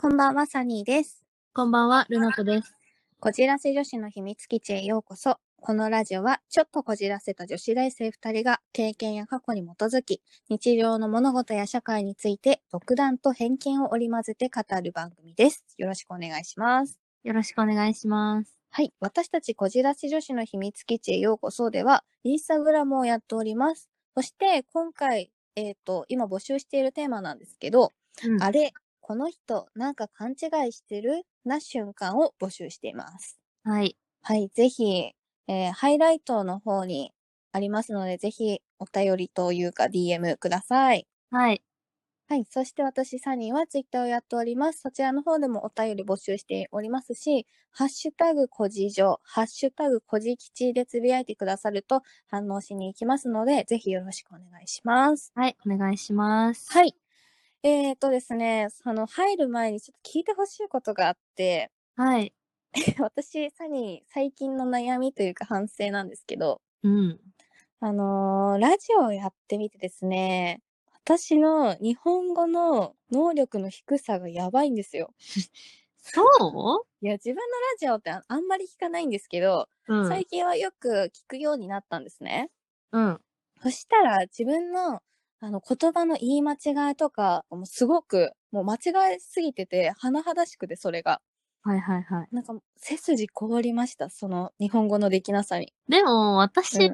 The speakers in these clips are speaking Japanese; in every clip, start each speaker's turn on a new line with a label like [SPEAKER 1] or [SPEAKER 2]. [SPEAKER 1] こんばんは、サニーです。
[SPEAKER 2] こんばんは、ルナコです。
[SPEAKER 1] こじらせ女子の秘密基地へようこそ。このラジオは、ちょっとこじらせた女子大生二人が、経験や過去に基づき、日常の物事や社会について、独断と偏見を織り交ぜて語る番組です。よろしくお願いします。
[SPEAKER 2] よろしくお願いします。
[SPEAKER 1] はい。私たちこじらし女子の秘密基地へようこそでは、インスタグラムをやっております。そして、今回、えっ、と、今募集しているテーマなんですけど、
[SPEAKER 2] うん
[SPEAKER 1] あれ、この人、なんか勘違いしてるな瞬間を募集しています。
[SPEAKER 2] はい。
[SPEAKER 1] はい。ぜひ、えーハイライトの方にありますので、ぜひ、お便りというか DM ください。
[SPEAKER 2] はい。
[SPEAKER 1] はい。そして私、サニーはツイッターをやっております。そちらの方でもお便り募集しておりますし、ハッシュタグこじじょハッシュタグこじきちでつぶやいてくださると反応しに行きますので、ぜひよろしくお願いします。
[SPEAKER 2] はい。お願いします。。
[SPEAKER 1] はいい。えーとですね、その入る前にちょっと聞いてほしいことがあって、
[SPEAKER 2] はい。
[SPEAKER 1] 私、サニー、最近の悩みというか反省なんですけど、
[SPEAKER 2] うん。
[SPEAKER 1] あのーラジオをやってみてですね、私の日本語の能力の低さがやばいんですよ。
[SPEAKER 2] そ
[SPEAKER 1] いや、自分のラジオってああんまり聞かないんですけど、
[SPEAKER 2] うう
[SPEAKER 1] 最近はよく聞くようになったんですね。
[SPEAKER 2] うん。
[SPEAKER 1] そしたら自分のあの言葉の言い間違いとか、もうすごく、もう間違えすぎてて、甚だしくてそれが。
[SPEAKER 2] はいはいはい。
[SPEAKER 1] なんかもう背筋凍りました、その日本語のできなさに。
[SPEAKER 2] でも、
[SPEAKER 1] う
[SPEAKER 2] 私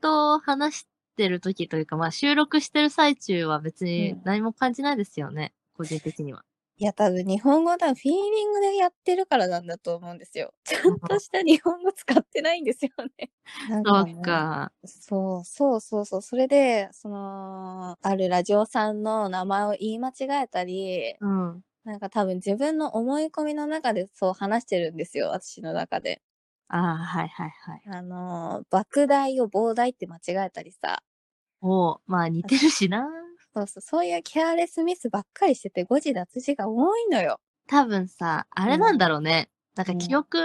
[SPEAKER 2] と話してる時というか、まあ、収録してる最中は別
[SPEAKER 1] う
[SPEAKER 2] に
[SPEAKER 1] ん
[SPEAKER 2] 何も感じないですよね。個人的 には。
[SPEAKER 1] いや、多分日本語は多分フィーリングでやってるからなんだと思うんですよ。ちゃんとした日本語使ってないんですよ ね。なん
[SPEAKER 2] そ
[SPEAKER 1] ね
[SPEAKER 2] うか。
[SPEAKER 1] そうそうそうそう。それで、その、あるラジオさんの名前を言い間違えたり、
[SPEAKER 2] うん。
[SPEAKER 1] なんか多分自分の思い込みの中でそう話してるんですよ、私の中で。
[SPEAKER 2] ああ、はいはいはい。
[SPEAKER 1] あのー、莫大を膨大って間違えたりさ。
[SPEAKER 2] おうまあ、似てるしな。
[SPEAKER 1] そうそう、そういうケアレスミスばっかりしてて、誤字脱字が多いのよ。
[SPEAKER 2] 多分さ、あれなんだろうね。なんか
[SPEAKER 1] うん
[SPEAKER 2] 記憶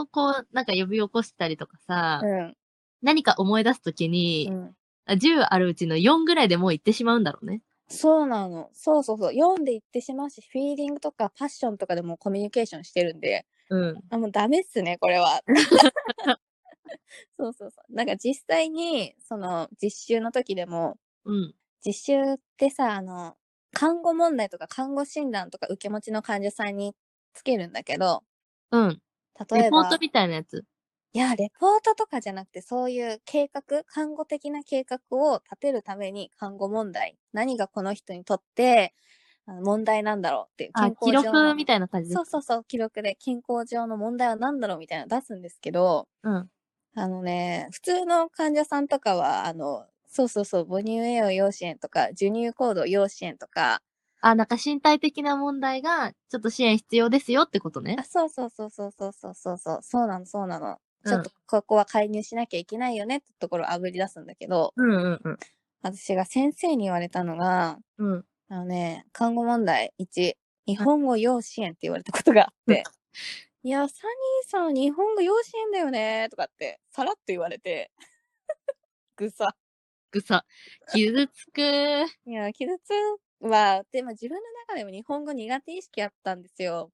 [SPEAKER 2] をこう、なんか呼び起こしたりとかさ、
[SPEAKER 1] うん。
[SPEAKER 2] 何か思い出すときに、
[SPEAKER 1] うん。
[SPEAKER 2] あ10あるうちの4ぐらいでもう行ってしまうんだろうね。
[SPEAKER 1] そうなの。そうそうそう。読んでいってしまうし、フィーリングとかパッションとかでもうコミュニケーションしてるんで、
[SPEAKER 2] うん。
[SPEAKER 1] あ、もうダメっすね、これ は。そうそうそう。なんか実際に、その、実習の時でも、
[SPEAKER 2] うん。
[SPEAKER 1] 実習ってさ、あの、看護問題とか看護診断とか受け持ちの患者さんにつけるんだけど、
[SPEAKER 2] うん。
[SPEAKER 1] 例
[SPEAKER 2] レ
[SPEAKER 1] え
[SPEAKER 2] ポ
[SPEAKER 1] ば
[SPEAKER 2] ー、トみたいなやつ。
[SPEAKER 1] いや、レポートとかじゃなくて、そういう計画、看護的な計画を立てるために看護問題、何がこの人にとってあの問題なんだろうっていう
[SPEAKER 2] あ、記録み
[SPEAKER 1] い
[SPEAKER 2] たいな感じで
[SPEAKER 1] そうそうそう、記録で健康上の問題は何だろうみたいなの出すんですけど、
[SPEAKER 2] うん。
[SPEAKER 1] あのね、普通の患者さんとかは、あの、そうそうそう、母乳栄養養子園とか、授乳行動養子園とか、
[SPEAKER 2] あ、なんか身体的な問題が、ちょっと支援必要ですよってことね
[SPEAKER 1] あ、。そうそうそうそうそうそうそうそう、そうなの、そうなの。
[SPEAKER 2] うん
[SPEAKER 1] ちょっとここは介入しなきゃいけないよねってところをあぶり出すんだけど、
[SPEAKER 2] うんうんうん。
[SPEAKER 1] 私が先生に言われたのが、
[SPEAKER 2] うん。
[SPEAKER 1] あのね、看護問題1、日本語養子園って言われたことがあって、いや、サニーさん、日本語養子園だよねとかって、さらっと言われて、ぐさ。
[SPEAKER 2] ぐさ。傷つく。
[SPEAKER 1] いや、傷つは、でも自分の中でも日本語苦手意識あったんですよ。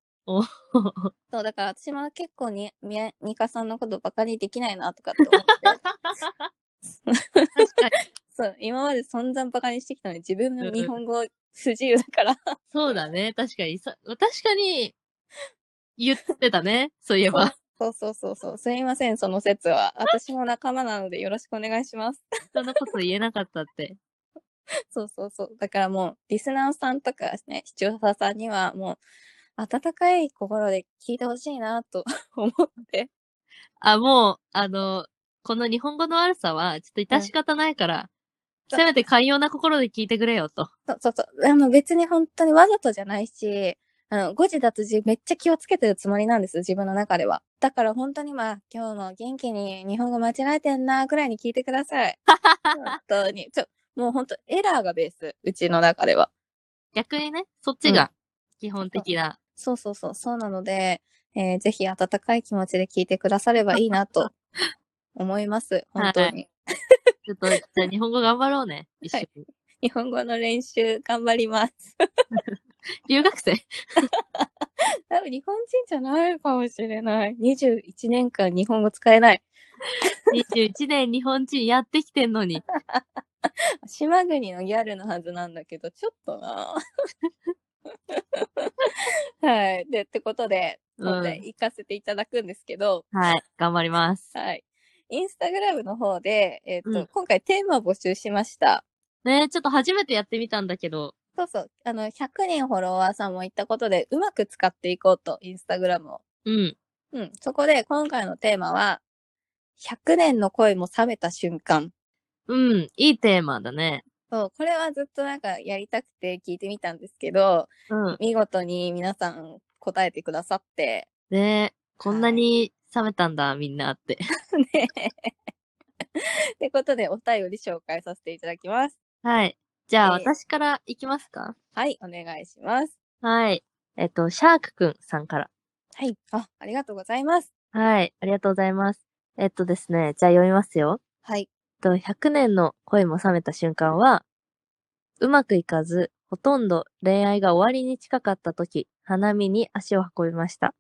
[SPEAKER 1] そう、だから私も結構に、みや、ニカさんのことバカにできないなとかって思って、
[SPEAKER 2] 確かに。
[SPEAKER 1] そう、今まで散々バカにしてきたのに自分
[SPEAKER 2] うんう
[SPEAKER 1] の
[SPEAKER 2] ん
[SPEAKER 1] 日本語不自由だから、
[SPEAKER 2] そうだね。確かに。さ確かに、言ってたね。そういえば。
[SPEAKER 1] そうそうそうそう、すいません、その説は。私も仲間なのでよろしくお願いします。
[SPEAKER 2] そんなこと言えなかったって。
[SPEAKER 1] そうそうそう。だからもう、リスナーさんとかね、視聴者さんにはもう、温かい心で聞いてほしいなと 思って。
[SPEAKER 2] あ、もう、あの、この日本語の悪さは、ちょっと致し方ないから、
[SPEAKER 1] うん
[SPEAKER 2] せめて寛容な心で聞いてくれよと。
[SPEAKER 1] そうそうそう。あの別に本当にわざとじゃないし、あの、誤字脱字めっちゃ気をつけてるつもりなんです、自分の中では。だから本当にまあ、今日も元気に日本語間違えてんな、くらいに聞いてください。本当に。ちょ、もう本当エラーがベース、うちの中では。
[SPEAKER 2] 逆にね、そっちが基本的な。
[SPEAKER 1] そうそうそう、そうなので、えーぜひ温かい気持ちで聞いてくださればいいな と思います、本当に。
[SPEAKER 2] ちょっと、じゃあ日本語頑張ろうね。一緒に。
[SPEAKER 1] 日本語の練習頑張ります。
[SPEAKER 2] 留学生
[SPEAKER 1] 分日本人じゃないかもしれない。21年間日本語使えない。
[SPEAKER 2] 21年日本人やってきてんのに。
[SPEAKER 1] 島国のギャルのはずなんだけど、ちょっとな。 はい。で、ってことで、
[SPEAKER 2] うん
[SPEAKER 1] 今回行かせていただくんですけど、
[SPEAKER 2] はい。頑張ります。
[SPEAKER 1] はい。インスタグラムの方で、えっ、と、
[SPEAKER 2] うん
[SPEAKER 1] 今回テーマ募集しました。
[SPEAKER 2] ねえちょっと初めてやってみたんだけど。
[SPEAKER 1] そうそう。あの、100人フォロワーさんも言ったことで、うまく使っていこうと、インスタグラムを。
[SPEAKER 2] うん。
[SPEAKER 1] うん。そこで、今回のテーマは、100年の恋も冷めた瞬間。
[SPEAKER 2] うん。いいテーマだね。
[SPEAKER 1] そう、これはずっとなんかやりたくて聞いてみたんですけど、
[SPEAKER 2] うん。
[SPEAKER 1] 見事に皆さん答えてくださって、
[SPEAKER 2] ねえこんなに冷めたんだ、みんなって。
[SPEAKER 1] ね。ってことで、お便り紹介させていただきます。
[SPEAKER 2] はい。じゃあ、
[SPEAKER 1] ええ
[SPEAKER 2] 私から行きますか
[SPEAKER 1] はい、お願いします。
[SPEAKER 2] はい。えっと、シャークくんさんから。
[SPEAKER 1] はい。あ、ありがとうございます。
[SPEAKER 2] はい。ありがとうございます。えっとですね、じゃあ読みますよ。
[SPEAKER 1] はい。
[SPEAKER 2] えっと、100年の恋も冷めた瞬間は、うまくいかず、ほとんど恋愛が終わりに近かった時、花見に足を運びました。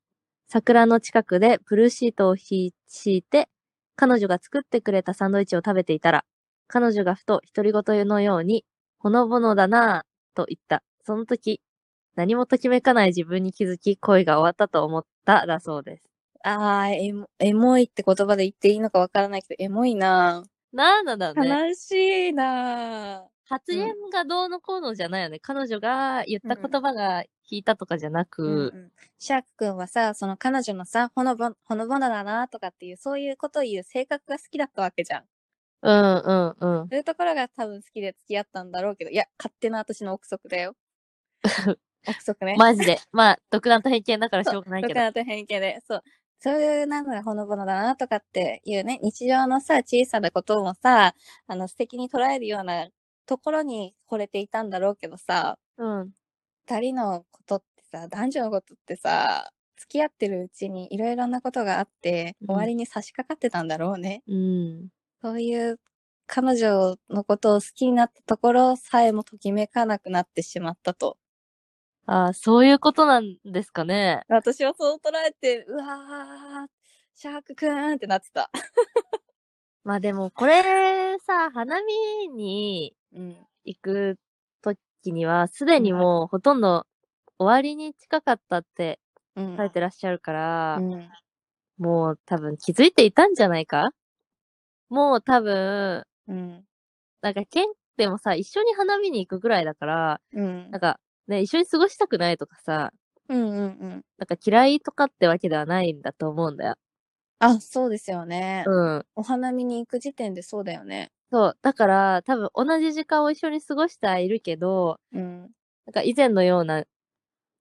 [SPEAKER 2] 桜の近くでブルーシートを敷いて、彼女が作ってくれたサンドイッチを食べていたら、彼女がふと独り言のように、ほのぼのだなぁ、と言った。その時、何もときめかない自分に気づき、恋が終わったと思っただそうです。
[SPEAKER 1] あー、エモエモいって言葉で言っていいのかわからないけど、エモいな
[SPEAKER 2] なんなんだろうね。
[SPEAKER 1] 悲しいな
[SPEAKER 2] 発言がどうのこうのじゃないよね。彼女が言った言葉が引いたとかじゃな
[SPEAKER 1] うん
[SPEAKER 2] く、
[SPEAKER 1] うんシャークくんはさ、その彼女のさ、ほのぼ、ほのぼのだなとかっていう、そういうことを言う性格が好きだったわけじゃん。
[SPEAKER 2] うんうんう
[SPEAKER 1] そ
[SPEAKER 2] ん。
[SPEAKER 1] ういうところが多分好きで付き合ったんだろうけど、いや、勝手な私の憶測だよ。 憶測ね。
[SPEAKER 2] マジ で。まあ、独断と偏見だからしょうがないけ
[SPEAKER 1] 僕
[SPEAKER 2] ど。
[SPEAKER 1] らと偏見で、そう。そういう、なんか、ほのぼのだなとかっていうね、日常のさ、小さなこともさ、あの、素敵に捉えるようなところに惚れていたんだろうけどさ、
[SPEAKER 2] うん。
[SPEAKER 1] 二人のことってさ、男女のことってさ、付き合ってるうちにいろいろなことがあって、
[SPEAKER 2] うん
[SPEAKER 1] 終わりに差し掛かってたんだろうね。
[SPEAKER 2] うん。
[SPEAKER 1] そういう彼女のことを好きになったところさえもときめかなくなってしまったと。
[SPEAKER 2] ああ、そういうことなんですかね。
[SPEAKER 1] 私はそう捉えて、うわー、シャークくーんってなってた。
[SPEAKER 2] まあでも、これさ、花見に
[SPEAKER 1] うん。
[SPEAKER 2] 行く時には、すでにもうほとんど終わりに近かったって
[SPEAKER 1] うん
[SPEAKER 2] 書いてらっしゃるから、
[SPEAKER 1] うん。
[SPEAKER 2] もう多分気づいていたんじゃないかもう多分、
[SPEAKER 1] うん。
[SPEAKER 2] なんか、ケンでもさ、一緒に花見に行くぐらいだから、
[SPEAKER 1] うん
[SPEAKER 2] なんか、ね、一緒に過ごしたくないとかさ、
[SPEAKER 1] うんうん。
[SPEAKER 2] なんか嫌いとかってわけではないんだと思うんだよ。
[SPEAKER 1] あ、そうですよね。
[SPEAKER 2] うん。
[SPEAKER 1] お花見に行く時点でそうだよね。
[SPEAKER 2] そう。だから、多分同じ時間を一緒に過ごしてはいるけど、
[SPEAKER 1] うん。
[SPEAKER 2] なんか以前のような、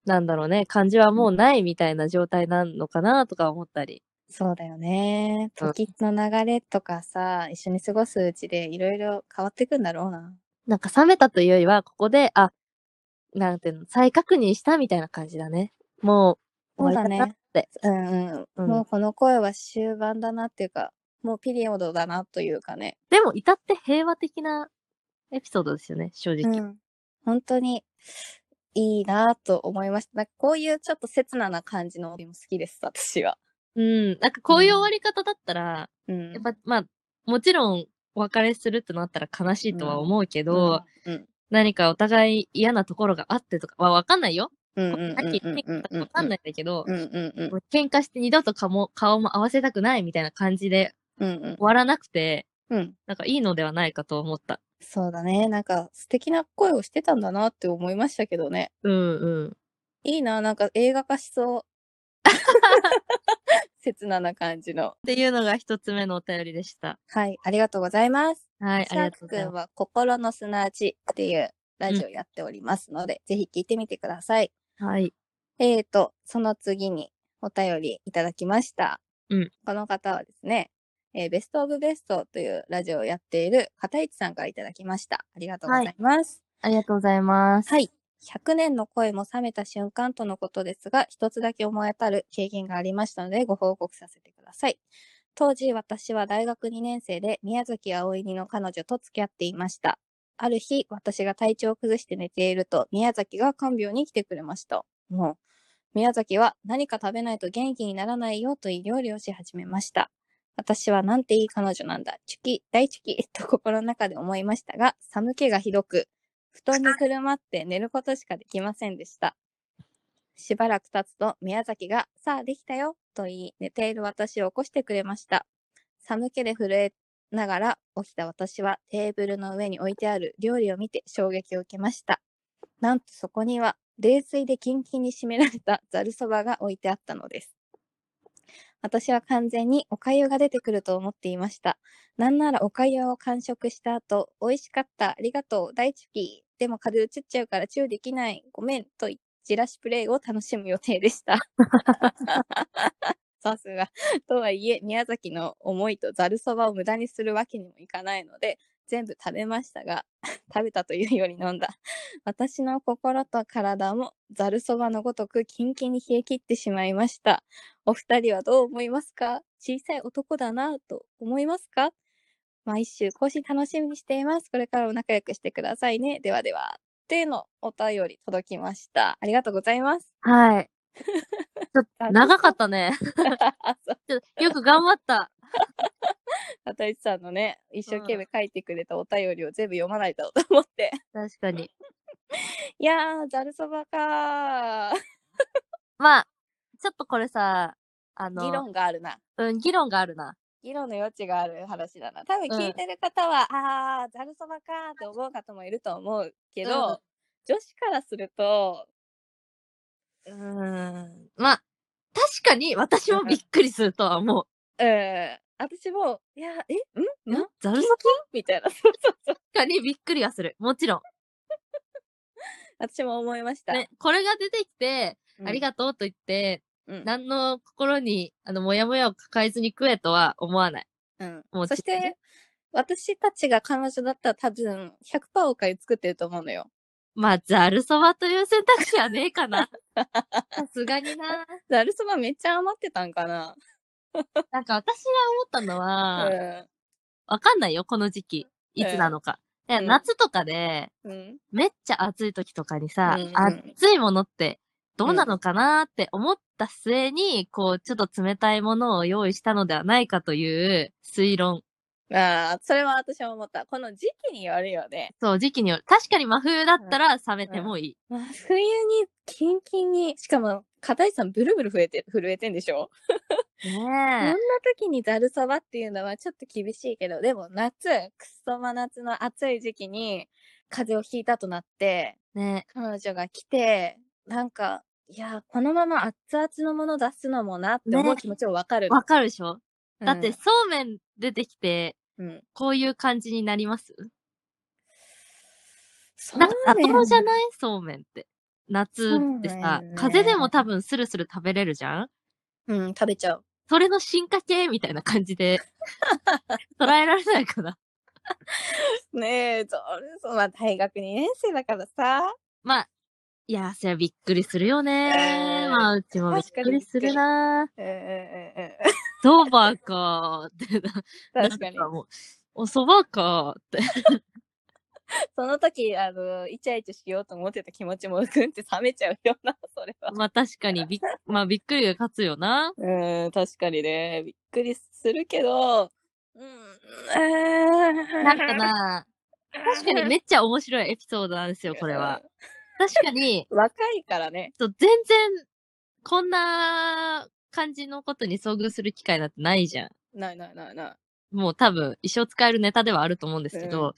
[SPEAKER 2] なんだろうね、感じはもうないみたいな状態なのかなとか思ったり。
[SPEAKER 1] そうだよね。
[SPEAKER 2] うん
[SPEAKER 1] 時の流れとかさ、一緒に過ごすうちでいろいろ変わってくんだろうな。
[SPEAKER 2] なんか冷めたというよりは、ここで、あ、なんていうの、再確認したみたいな感じだね。もう、
[SPEAKER 1] そう
[SPEAKER 2] 終わ
[SPEAKER 1] だ
[SPEAKER 2] り
[SPEAKER 1] ね
[SPEAKER 2] かなって。
[SPEAKER 1] うんうん。
[SPEAKER 2] うん
[SPEAKER 1] もうこの声は終盤だなっていうか、もうピリオドだなというかね。
[SPEAKER 2] でも、至って平和的なエピソードですよね、正直。
[SPEAKER 1] うん。本当にいいなと思いました。なんかこういうちょっと刹那な感じの踊りも好きです、私は。
[SPEAKER 2] うん。なんかこういう終わり方だったら、
[SPEAKER 1] うん。
[SPEAKER 2] やっぱまあ、もちろんお別れするってなったら悲しいとは思うけ
[SPEAKER 1] う
[SPEAKER 2] ど、
[SPEAKER 1] ん、うん。
[SPEAKER 2] 何かお互い嫌なところがあってとか、まあわかんないよ。
[SPEAKER 1] うん
[SPEAKER 2] さ
[SPEAKER 1] うんうん
[SPEAKER 2] っき言って
[SPEAKER 1] うんうん
[SPEAKER 2] わかんないんだけど、
[SPEAKER 1] うんうんうん
[SPEAKER 2] もう喧嘩して二度と顔も顔も合わせたくないみたいな感じで
[SPEAKER 1] うんうん
[SPEAKER 2] 終わらなくて、
[SPEAKER 1] うん。
[SPEAKER 2] なんかいいのではないかと思った。
[SPEAKER 1] そうだね。なんか素敵な声をしてたんだなって思いましたけどね。
[SPEAKER 2] うんうん。
[SPEAKER 1] いいな、なんか映画化しそう。 切なな感じの。
[SPEAKER 2] っていうのが一つ目のお便りでした。
[SPEAKER 1] はい、ありがとうございます。
[SPEAKER 2] はい、あ
[SPEAKER 1] シ
[SPEAKER 2] り
[SPEAKER 1] ャー
[SPEAKER 2] がと
[SPEAKER 1] ク
[SPEAKER 2] うござい
[SPEAKER 1] 君
[SPEAKER 2] ます。
[SPEAKER 1] は心のすなわちっていうラジオやっておりますので、ぜひ聞いてみてください。
[SPEAKER 2] はい。
[SPEAKER 1] えーと、その次にお便りいただきました。
[SPEAKER 2] うん
[SPEAKER 1] この方はですね、えーベストオブベストというラジオをやっている片市さんからいただきました。ありがとうございます。
[SPEAKER 2] ありがとうございます。
[SPEAKER 1] はい。100年の恋も冷めた瞬間とのことですが、一つだけ思い当たる経験がありましたので、ご報告させてください。当時、私は大学2年生で、宮崎葵にの彼女と付き合っていました。ある日、私が体調を崩して寝ていると、宮崎が看病に来てくれました。もう、宮崎は何か食べないと元気にならないよと言い料理をし始めました。私はなんていい彼女なんだ。チュキ、大チュキ、と心の中で思いましたが、寒気がひどく、布団にくるまって寝ることしかできませんでした。しばらく経つと宮崎が、さあできたよ、と言い、寝ている私を起こしてくれました。寒気で震えながら起きた私はテーブルの上に置いてある料理を見て衝撃を受けました。なんとそこには冷水でキンキンに締められた ざるそばが置いてあったのです。私は完全にお粥が出てくると思っていました。なんならお粥を完食した後、美味しかった、ありがとう、大好き。でも風邪うつっちゃうからチューできない、ごめん、とじらしプレイを楽しむ予定でした。 さすが。とはいえ、宮崎の思いとざるそばを無駄にするわけにもいかないので、全部食べましたが、 食べたというより飲んだ。私の心と体もざるそばのごとくキンキンに冷え切ってしまいました。お二人はどう思いますか小さい男だなぁと思いますか毎週更新楽しみにしています。これからも仲良くしてくださいね。ではでは。っていうのお便り届きました。ありがとうございます。
[SPEAKER 2] はい。ちょっと長かったね。
[SPEAKER 1] そう
[SPEAKER 2] ちょっとよく頑張った。
[SPEAKER 1] 片市さんのね、一生懸命書いてくれたお便りを全部読まないとと思って。
[SPEAKER 2] 確かに。
[SPEAKER 1] いやー、ざるそばかー。
[SPEAKER 2] まあ、ちょっとこれさ、あの、
[SPEAKER 1] 議論があるな。
[SPEAKER 2] うん、議論があるな。
[SPEAKER 1] 議論の余地がある話だな。多分聞いてる方は、あー、ざるそばかーって思う方もいると思うけど、
[SPEAKER 2] うん
[SPEAKER 1] 女子からすると、
[SPEAKER 2] うーん。まあ、確かに私もびっくりするとは思う。
[SPEAKER 1] うん、私も、いや、え、んなん
[SPEAKER 2] ざるそ
[SPEAKER 1] みたいな。 そうそうそう。
[SPEAKER 2] ばにびっくりはする。もちろん。
[SPEAKER 1] 私も思いました。
[SPEAKER 2] ね、これが出てきて、あり
[SPEAKER 1] が
[SPEAKER 2] がとうと言って、
[SPEAKER 1] うん。
[SPEAKER 2] 何の心に、あの、もやもやを抱えずに食えとは思わない。
[SPEAKER 1] うん
[SPEAKER 2] もう
[SPEAKER 1] そし
[SPEAKER 2] ちょっと
[SPEAKER 1] て
[SPEAKER 2] ね、
[SPEAKER 1] 私たちが彼女だったら多分100%おかゆ作ってると思うのよ。
[SPEAKER 2] まあ、ざるそばという選択肢はねえかな。さすがにな。
[SPEAKER 1] ざるそばめっちゃ余ってたんかな。
[SPEAKER 2] なんか私が思ったのは、
[SPEAKER 1] う
[SPEAKER 2] わかんないよ、この時期。いつなのか。だから
[SPEAKER 1] うん
[SPEAKER 2] 夏とかで、
[SPEAKER 1] ん。うん。
[SPEAKER 2] めっちゃ暑い時とかにさ、
[SPEAKER 1] うんうん
[SPEAKER 2] 暑いものってどうなのかなーって思った末に、こう、ちょっと冷たいものを用意したのではないかという推論。
[SPEAKER 1] ああ、それは私も思った。この時期によるよね。
[SPEAKER 2] そう、時期による。確かに真冬だったら冷めてもいい。
[SPEAKER 1] まあ、冬にキンキンに、しかも、片石さんブルブル震えて、震えてんでしょそん
[SPEAKER 2] ね
[SPEAKER 1] な時にざるそばっていうのはちょっと厳しいけど、でも夏、くっそ真夏の暑い時期に風邪をひいたとなって、
[SPEAKER 2] え。ね
[SPEAKER 1] 彼女が来て、なんか、いや、このまま熱々のもの出すのもなって
[SPEAKER 2] ね
[SPEAKER 1] 思う気持ちもわかる
[SPEAKER 2] え。
[SPEAKER 1] の、
[SPEAKER 2] わかるでしょ、だって、
[SPEAKER 1] うん
[SPEAKER 2] そうめん出てきて、
[SPEAKER 1] うん、
[SPEAKER 2] こういう感じになります
[SPEAKER 1] そう
[SPEAKER 2] なんか後じゃ
[SPEAKER 1] い
[SPEAKER 2] ないそうめんって。夏ってさ、
[SPEAKER 1] そうめんね
[SPEAKER 2] 風でも多分スルスル食べれるじゃん
[SPEAKER 1] うん、食べちゃう。
[SPEAKER 2] それの進化系みたいな感じで、捉えられないかな。
[SPEAKER 1] ねえ、ざるそば、まあ大学2年生だからさ、
[SPEAKER 2] まあ、いや、そりゃびっくりするよね
[SPEAKER 1] う。ん
[SPEAKER 2] まあ、うちもびっくりするな。
[SPEAKER 1] うんうんうんうん
[SPEAKER 2] ドーバーかーって。
[SPEAKER 1] 確かに
[SPEAKER 2] な。んもう、お蕎麦かーって。
[SPEAKER 1] その時、あの、イチャイチャしようと思ってた気持ちもぐんって冷めちゃうよな、それは。
[SPEAKER 2] まあ確かにびっ、まあびっくりが勝つよな。
[SPEAKER 1] うん、確かにね、びっくりするけど、うん、
[SPEAKER 2] なんか、な、確かにめっちゃ面白いエピソードなんですよ、これは。。確かに、
[SPEAKER 1] 若いからね。
[SPEAKER 2] そう全然、こんな感じのことに遭遇する機会なんてないじゃん。
[SPEAKER 1] ないないないない。
[SPEAKER 2] もう多分一生使えるネタではあると思うんですけど、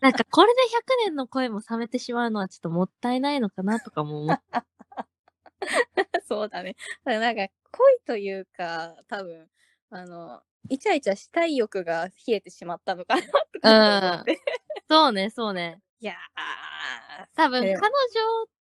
[SPEAKER 2] なんかこれで100年の声も冷めてしまうのはちょっともったいないのかなとかも思っ
[SPEAKER 1] そうだね。だからなんか、恋というか、多分、あの、イチャイチャしたい欲が冷えてしまったのかなとか思って。
[SPEAKER 2] そうね、そうね。
[SPEAKER 1] いや
[SPEAKER 2] 多分
[SPEAKER 1] え
[SPEAKER 2] 彼
[SPEAKER 1] え
[SPEAKER 2] 女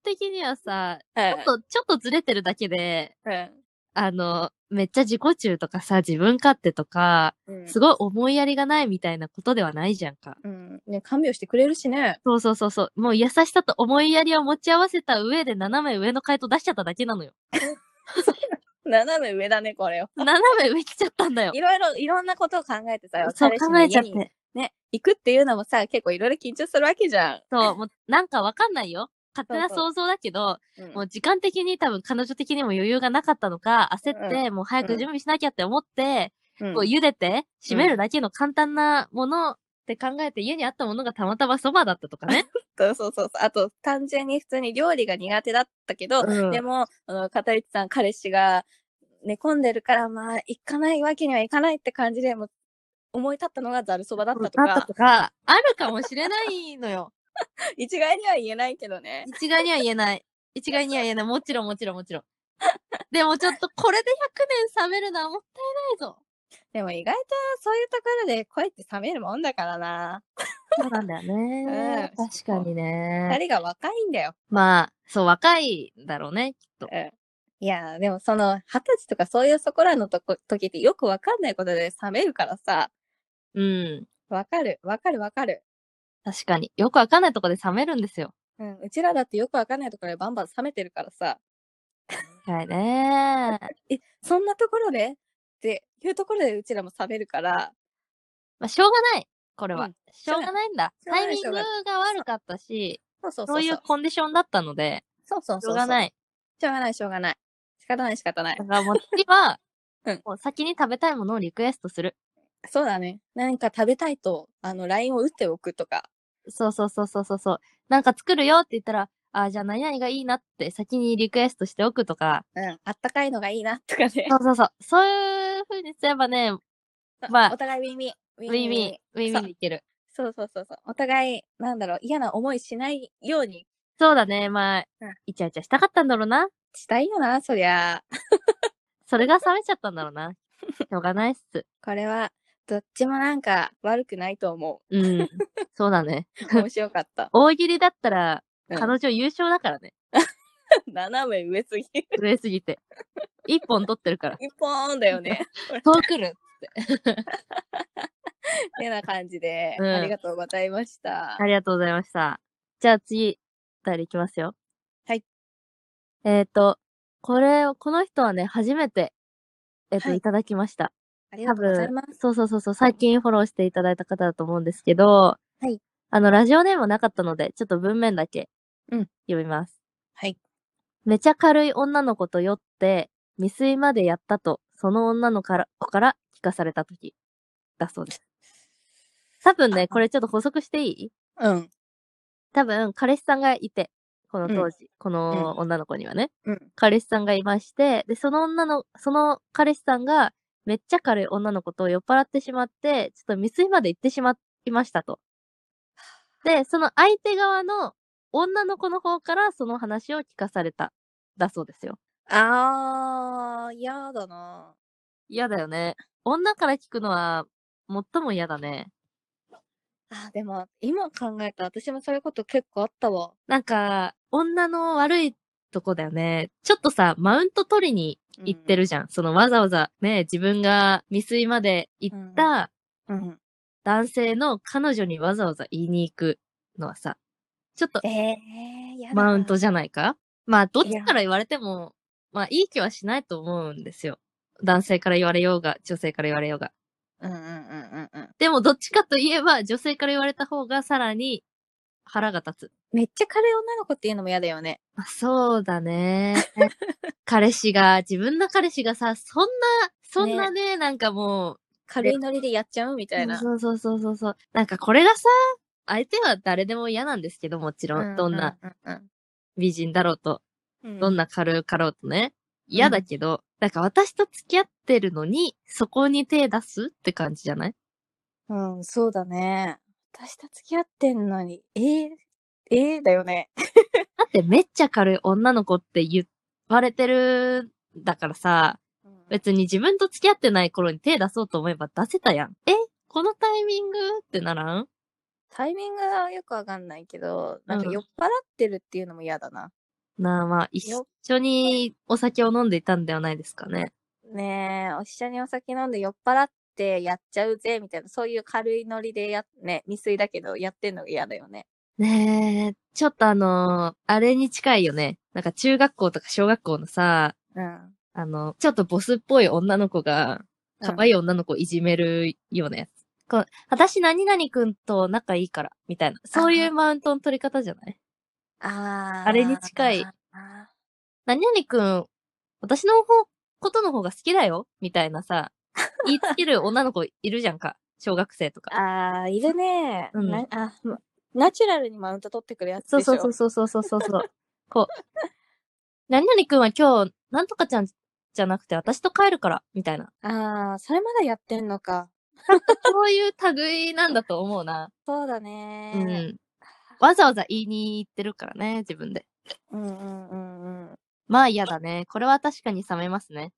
[SPEAKER 2] 的にはさ、
[SPEAKER 1] ー、
[SPEAKER 2] ちょっと、ちょっとずれてるだけで、
[SPEAKER 1] うん
[SPEAKER 2] あの、めっちゃ自己中とかさ、自分勝手とか、
[SPEAKER 1] うん
[SPEAKER 2] すごい思いやりがないみたいなことではないじゃんか。
[SPEAKER 1] うん。ね、看病してくれるしね。
[SPEAKER 2] そうそうそうそう。もう優しさと思いやりを持ち合わせた上で斜め上の回答出しちゃっただけなのよ。
[SPEAKER 1] 斜め上だね、これを。
[SPEAKER 2] 斜め上来ちゃったんだよ
[SPEAKER 1] い。ろいろ、いろんなことを考えてさ、
[SPEAKER 2] そう
[SPEAKER 1] 彼氏の
[SPEAKER 2] 考えちゃっ
[SPEAKER 1] 家
[SPEAKER 2] て
[SPEAKER 1] に。ね、行くっていうのもさ、結構いろいろ緊張するわけじゃん。
[SPEAKER 2] そう、もうなんかわかんないよ。勝手な
[SPEAKER 1] そうそ
[SPEAKER 2] 想像だけど、
[SPEAKER 1] うん
[SPEAKER 2] もう時間的に多分彼女的にも余裕がなかったのか、焦って、もう早く準備しなきゃって思って、
[SPEAKER 1] うん
[SPEAKER 2] こう茹でて、締めるだけの簡単なものって考えて、家にあったものがたまたまそばだったと かね。
[SPEAKER 1] そうそうそう。あと、単純に普通に料理が苦手だったけど、
[SPEAKER 2] うん
[SPEAKER 1] でも、あの、片市さん、彼氏が寝込んでるから、まあ、行かないわけにはいかないって感じで、もう思い立ったのがざるそばだったと
[SPEAKER 2] あった
[SPEAKER 1] か、
[SPEAKER 2] とか、あるかもしれないのよ。
[SPEAKER 1] 一概には言えないけどね。
[SPEAKER 2] 一概には言えない。一概には言えない。もちろんもちろんもちろん。 でもちょっとこれで100年冷めるのはもったいないぞ。
[SPEAKER 1] でも意外とそういうところで恋って冷めるもんだからな。
[SPEAKER 2] そうなんだよね。
[SPEAKER 1] うん
[SPEAKER 2] 確かに
[SPEAKER 1] 二
[SPEAKER 2] ね。
[SPEAKER 1] 人が若いんだよ。
[SPEAKER 2] まあ、そう、若いんだろうね、きっと。
[SPEAKER 1] いや、でもその、二十歳とかそういうそこらのとこ時ってよくわかんないことで冷めるからさ、
[SPEAKER 2] うん。
[SPEAKER 1] わかる、わかるわかる。
[SPEAKER 2] 確かに。よくわかんないとこで冷めるんですよ。
[SPEAKER 1] うん、うちらだってよくわかんないところでバンバン冷めてるからさ、
[SPEAKER 2] はいね。
[SPEAKER 1] え、そんなところでっていうところでうちらも冷めるから、
[SPEAKER 2] まあ、しょうがない。これは。
[SPEAKER 1] うん
[SPEAKER 2] しょうがないんだ。
[SPEAKER 1] しょうが
[SPEAKER 2] タイ
[SPEAKER 1] ない
[SPEAKER 2] ミングが悪かったし、
[SPEAKER 1] そうそう
[SPEAKER 2] そういうコンディションだったので、
[SPEAKER 1] そうそうそう。。
[SPEAKER 2] しょうがないい。
[SPEAKER 1] しょうがない、しょうがない。仕方ない、仕方ない
[SPEAKER 2] だ。からもう次は
[SPEAKER 1] うん、
[SPEAKER 2] もう先に食べたいものをリクエストする。
[SPEAKER 1] そうだね。何か食べたいと、あの、LINE を打っておくとか。
[SPEAKER 2] そうそうそうそうそうそう。なんか作るよって言ったら、あーじゃあ何々がいいなって先にリクエストしておくとか、
[SPEAKER 1] うん、あったかいのがいいな、とかね
[SPEAKER 2] そ。うそうそう。そういう風にすればね、ま あ
[SPEAKER 1] お互いウィンウィン。ウ
[SPEAKER 2] ウィンウィン、ウィンウィンでいける。
[SPEAKER 1] そうそうそうそう。お互い、なんだろう、嫌な思いしないように
[SPEAKER 2] そうだね。まあ
[SPEAKER 1] うん、
[SPEAKER 2] イチャイチャしたかったんだろうな。
[SPEAKER 1] したいよな、そりゃ。
[SPEAKER 2] それが冷めちゃったんだろうな。しょうがないっす。
[SPEAKER 1] これは、どっちもなんか悪くないと思
[SPEAKER 2] うん。そうだね。
[SPEAKER 1] う。面白かった。
[SPEAKER 2] 大喜利だったら、
[SPEAKER 1] うん
[SPEAKER 2] 彼女優勝だからね。
[SPEAKER 1] 斜め上すぎ。
[SPEAKER 2] 上すぎて。 一本取ってるから。
[SPEAKER 1] 一本だよ ね。
[SPEAKER 2] そうくる。
[SPEAKER 1] てな感じで、
[SPEAKER 2] うん
[SPEAKER 1] ありがとうございました
[SPEAKER 2] あ。りがとうございました。じゃあ次、お便りいきますよ。
[SPEAKER 1] はい。
[SPEAKER 2] えっ、と、これを、この人はね、初めて、えっ、と、
[SPEAKER 1] はい
[SPEAKER 2] い、ただきました。
[SPEAKER 1] ありが
[SPEAKER 2] 多
[SPEAKER 1] とうござい
[SPEAKER 2] 分
[SPEAKER 1] ます。、
[SPEAKER 2] そうそうそうそう、最近フォローしていただいた方だと思うんですけど、
[SPEAKER 1] はい。
[SPEAKER 2] あの、ラジオネームなかったので、ちょっと文面だけ、
[SPEAKER 1] うん
[SPEAKER 2] 読みます。
[SPEAKER 1] はい。
[SPEAKER 2] めちゃ軽い女の子と酔って、未遂までやったと、その女の子から子から聞かされたとき、だそうです。多分ね、これちょっと補足していい
[SPEAKER 1] うん。
[SPEAKER 2] 多分、彼氏さんがいて、この当時、こ
[SPEAKER 1] う
[SPEAKER 2] の女の子にはね、
[SPEAKER 1] うん。
[SPEAKER 2] 彼氏さんがいまして、で、その女の、その彼氏さんが、めっちゃ軽い女の子と酔っ払ってしまって、ちょっと未遂まで行ってしまいましたと。で、その相手側の女の子の方からその話を聞かされた、だそうですよ。
[SPEAKER 1] あー、嫌だな。
[SPEAKER 2] 嫌だよね。女から聞くのは、最も嫌だね。
[SPEAKER 1] あー、でも、今考えたら私もそういうこと結構あったわ。
[SPEAKER 2] なんか、女の悪いとこだよね。ちょっとさ、マウント取りに行ってるじゃん。そのわざわざね、自分が未遂まで行った
[SPEAKER 1] うん。うん。
[SPEAKER 2] 男性の彼女にわざわざ言いに行くのはさ、ちょっと
[SPEAKER 1] えー、やだな。
[SPEAKER 2] マウントじゃないかまあ、どっ
[SPEAKER 1] い
[SPEAKER 2] ち
[SPEAKER 1] や
[SPEAKER 2] から言われても、まあ、いい気はしないと思うんですよ。男性から言われようが、女性から言われようが。
[SPEAKER 1] うんうんうんうんうん。
[SPEAKER 2] でも、どっちかといえば、女性から言われた方がさらに腹が立つ。
[SPEAKER 1] めっちゃ軽い女の子っていうのも嫌だよね。
[SPEAKER 2] まあ、そうだね。 彼氏が、自分の彼氏がさ、そんな、そんなね、なんかもう、
[SPEAKER 1] 軽いノリでやっちゃうみたいな。
[SPEAKER 2] そうそうそうそうそう。なんかこれがさ、相手は誰でも嫌なんですけど、もちろん。どんな
[SPEAKER 1] うんうん
[SPEAKER 2] 美人だろうと、
[SPEAKER 1] うんうん。
[SPEAKER 2] どんな軽かろうとね。嫌だけど、なんか私と付き合ってるのに、そこに手出すって感じじゃない
[SPEAKER 1] うん、そうだね。私と付き合ってんのに、えー、えー、だよね。
[SPEAKER 2] だってめっちゃ軽い女の子って言われてる、だからさ、別に自分と付き合ってない頃に手出そうと思えば出せたやん。えこのタイミングってならん
[SPEAKER 1] タイミングはよくわかんないけど、なん
[SPEAKER 2] う
[SPEAKER 1] か
[SPEAKER 2] ん
[SPEAKER 1] 酔っ払ってるっていうのも嫌だな。
[SPEAKER 2] なあまあ、一緒にお酒を飲んでいたんではないですかね。
[SPEAKER 1] ねえ、おっしゃにお酒飲んで酔っ払ってやっちゃうぜ、みたいな、そういう軽いノリでや、ね、未遂だけどやってんのが嫌だよね。
[SPEAKER 2] ねえ、ちょっとあのーあれに近いよね。なんか中学校とか小学校のさ、
[SPEAKER 1] うん。
[SPEAKER 2] あの、ちょっとボスっぽい女の子が、
[SPEAKER 1] うん
[SPEAKER 2] 可愛い女の子をいじめるようなやつ。こう私何々くんと仲いいから、みたいな。そういうマウントの取り方じゃない
[SPEAKER 1] あー
[SPEAKER 2] あれに近い。
[SPEAKER 1] あ
[SPEAKER 2] 何々くん、私の方、ことの方が好きだよみたいなさ、言いつける女の子いるじゃんか。 小学生とか。
[SPEAKER 1] ーあー、いるね。
[SPEAKER 2] うん
[SPEAKER 1] なあまナチュラルにマウント取ってくるやつ
[SPEAKER 2] そ
[SPEAKER 1] で
[SPEAKER 2] う
[SPEAKER 1] しょ。
[SPEAKER 2] そうそうそうそうそうそう。こう。何々くんは今日、なんとかちゃんじゃなくて私と帰るから、みたいな。
[SPEAKER 1] ああ、それまだやってんのか。
[SPEAKER 2] そういう類なんだと思うな。
[SPEAKER 1] そうだ
[SPEAKER 2] う
[SPEAKER 1] ね。
[SPEAKER 2] ん。わざわざ言いに行ってるからね、自分で。
[SPEAKER 1] うん。うんうんうんうん。
[SPEAKER 2] まあ嫌だね。これは確かに冷めますね。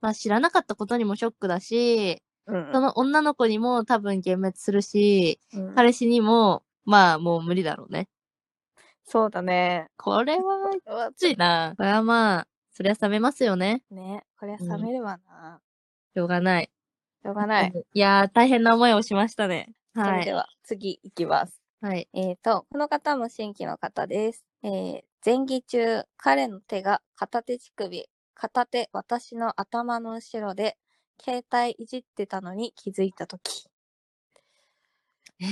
[SPEAKER 2] まあ知らなかったことにもショックだし、
[SPEAKER 1] うん
[SPEAKER 2] その女の子にも多分幻滅するし、
[SPEAKER 1] うん
[SPEAKER 2] 彼氏にも、まあもう無理だろうね。
[SPEAKER 1] そうだね。
[SPEAKER 2] これはき
[SPEAKER 1] うわ
[SPEAKER 2] ついな。これはまあ、そりゃ冷めますよね。
[SPEAKER 1] ね、これは冷めるわな。
[SPEAKER 2] しょうがない。
[SPEAKER 1] しょうがない。。
[SPEAKER 2] いやー、大変な思いをしましたね。
[SPEAKER 1] そ
[SPEAKER 2] は
[SPEAKER 1] れで
[SPEAKER 2] い。
[SPEAKER 1] は、次いきます。
[SPEAKER 2] はい。
[SPEAKER 1] えーと、この方も新規の方です。えー、前儀中、彼の手が片手乳首、片手私の頭の後ろで、携帯いじってたのに気づいたとき。
[SPEAKER 2] え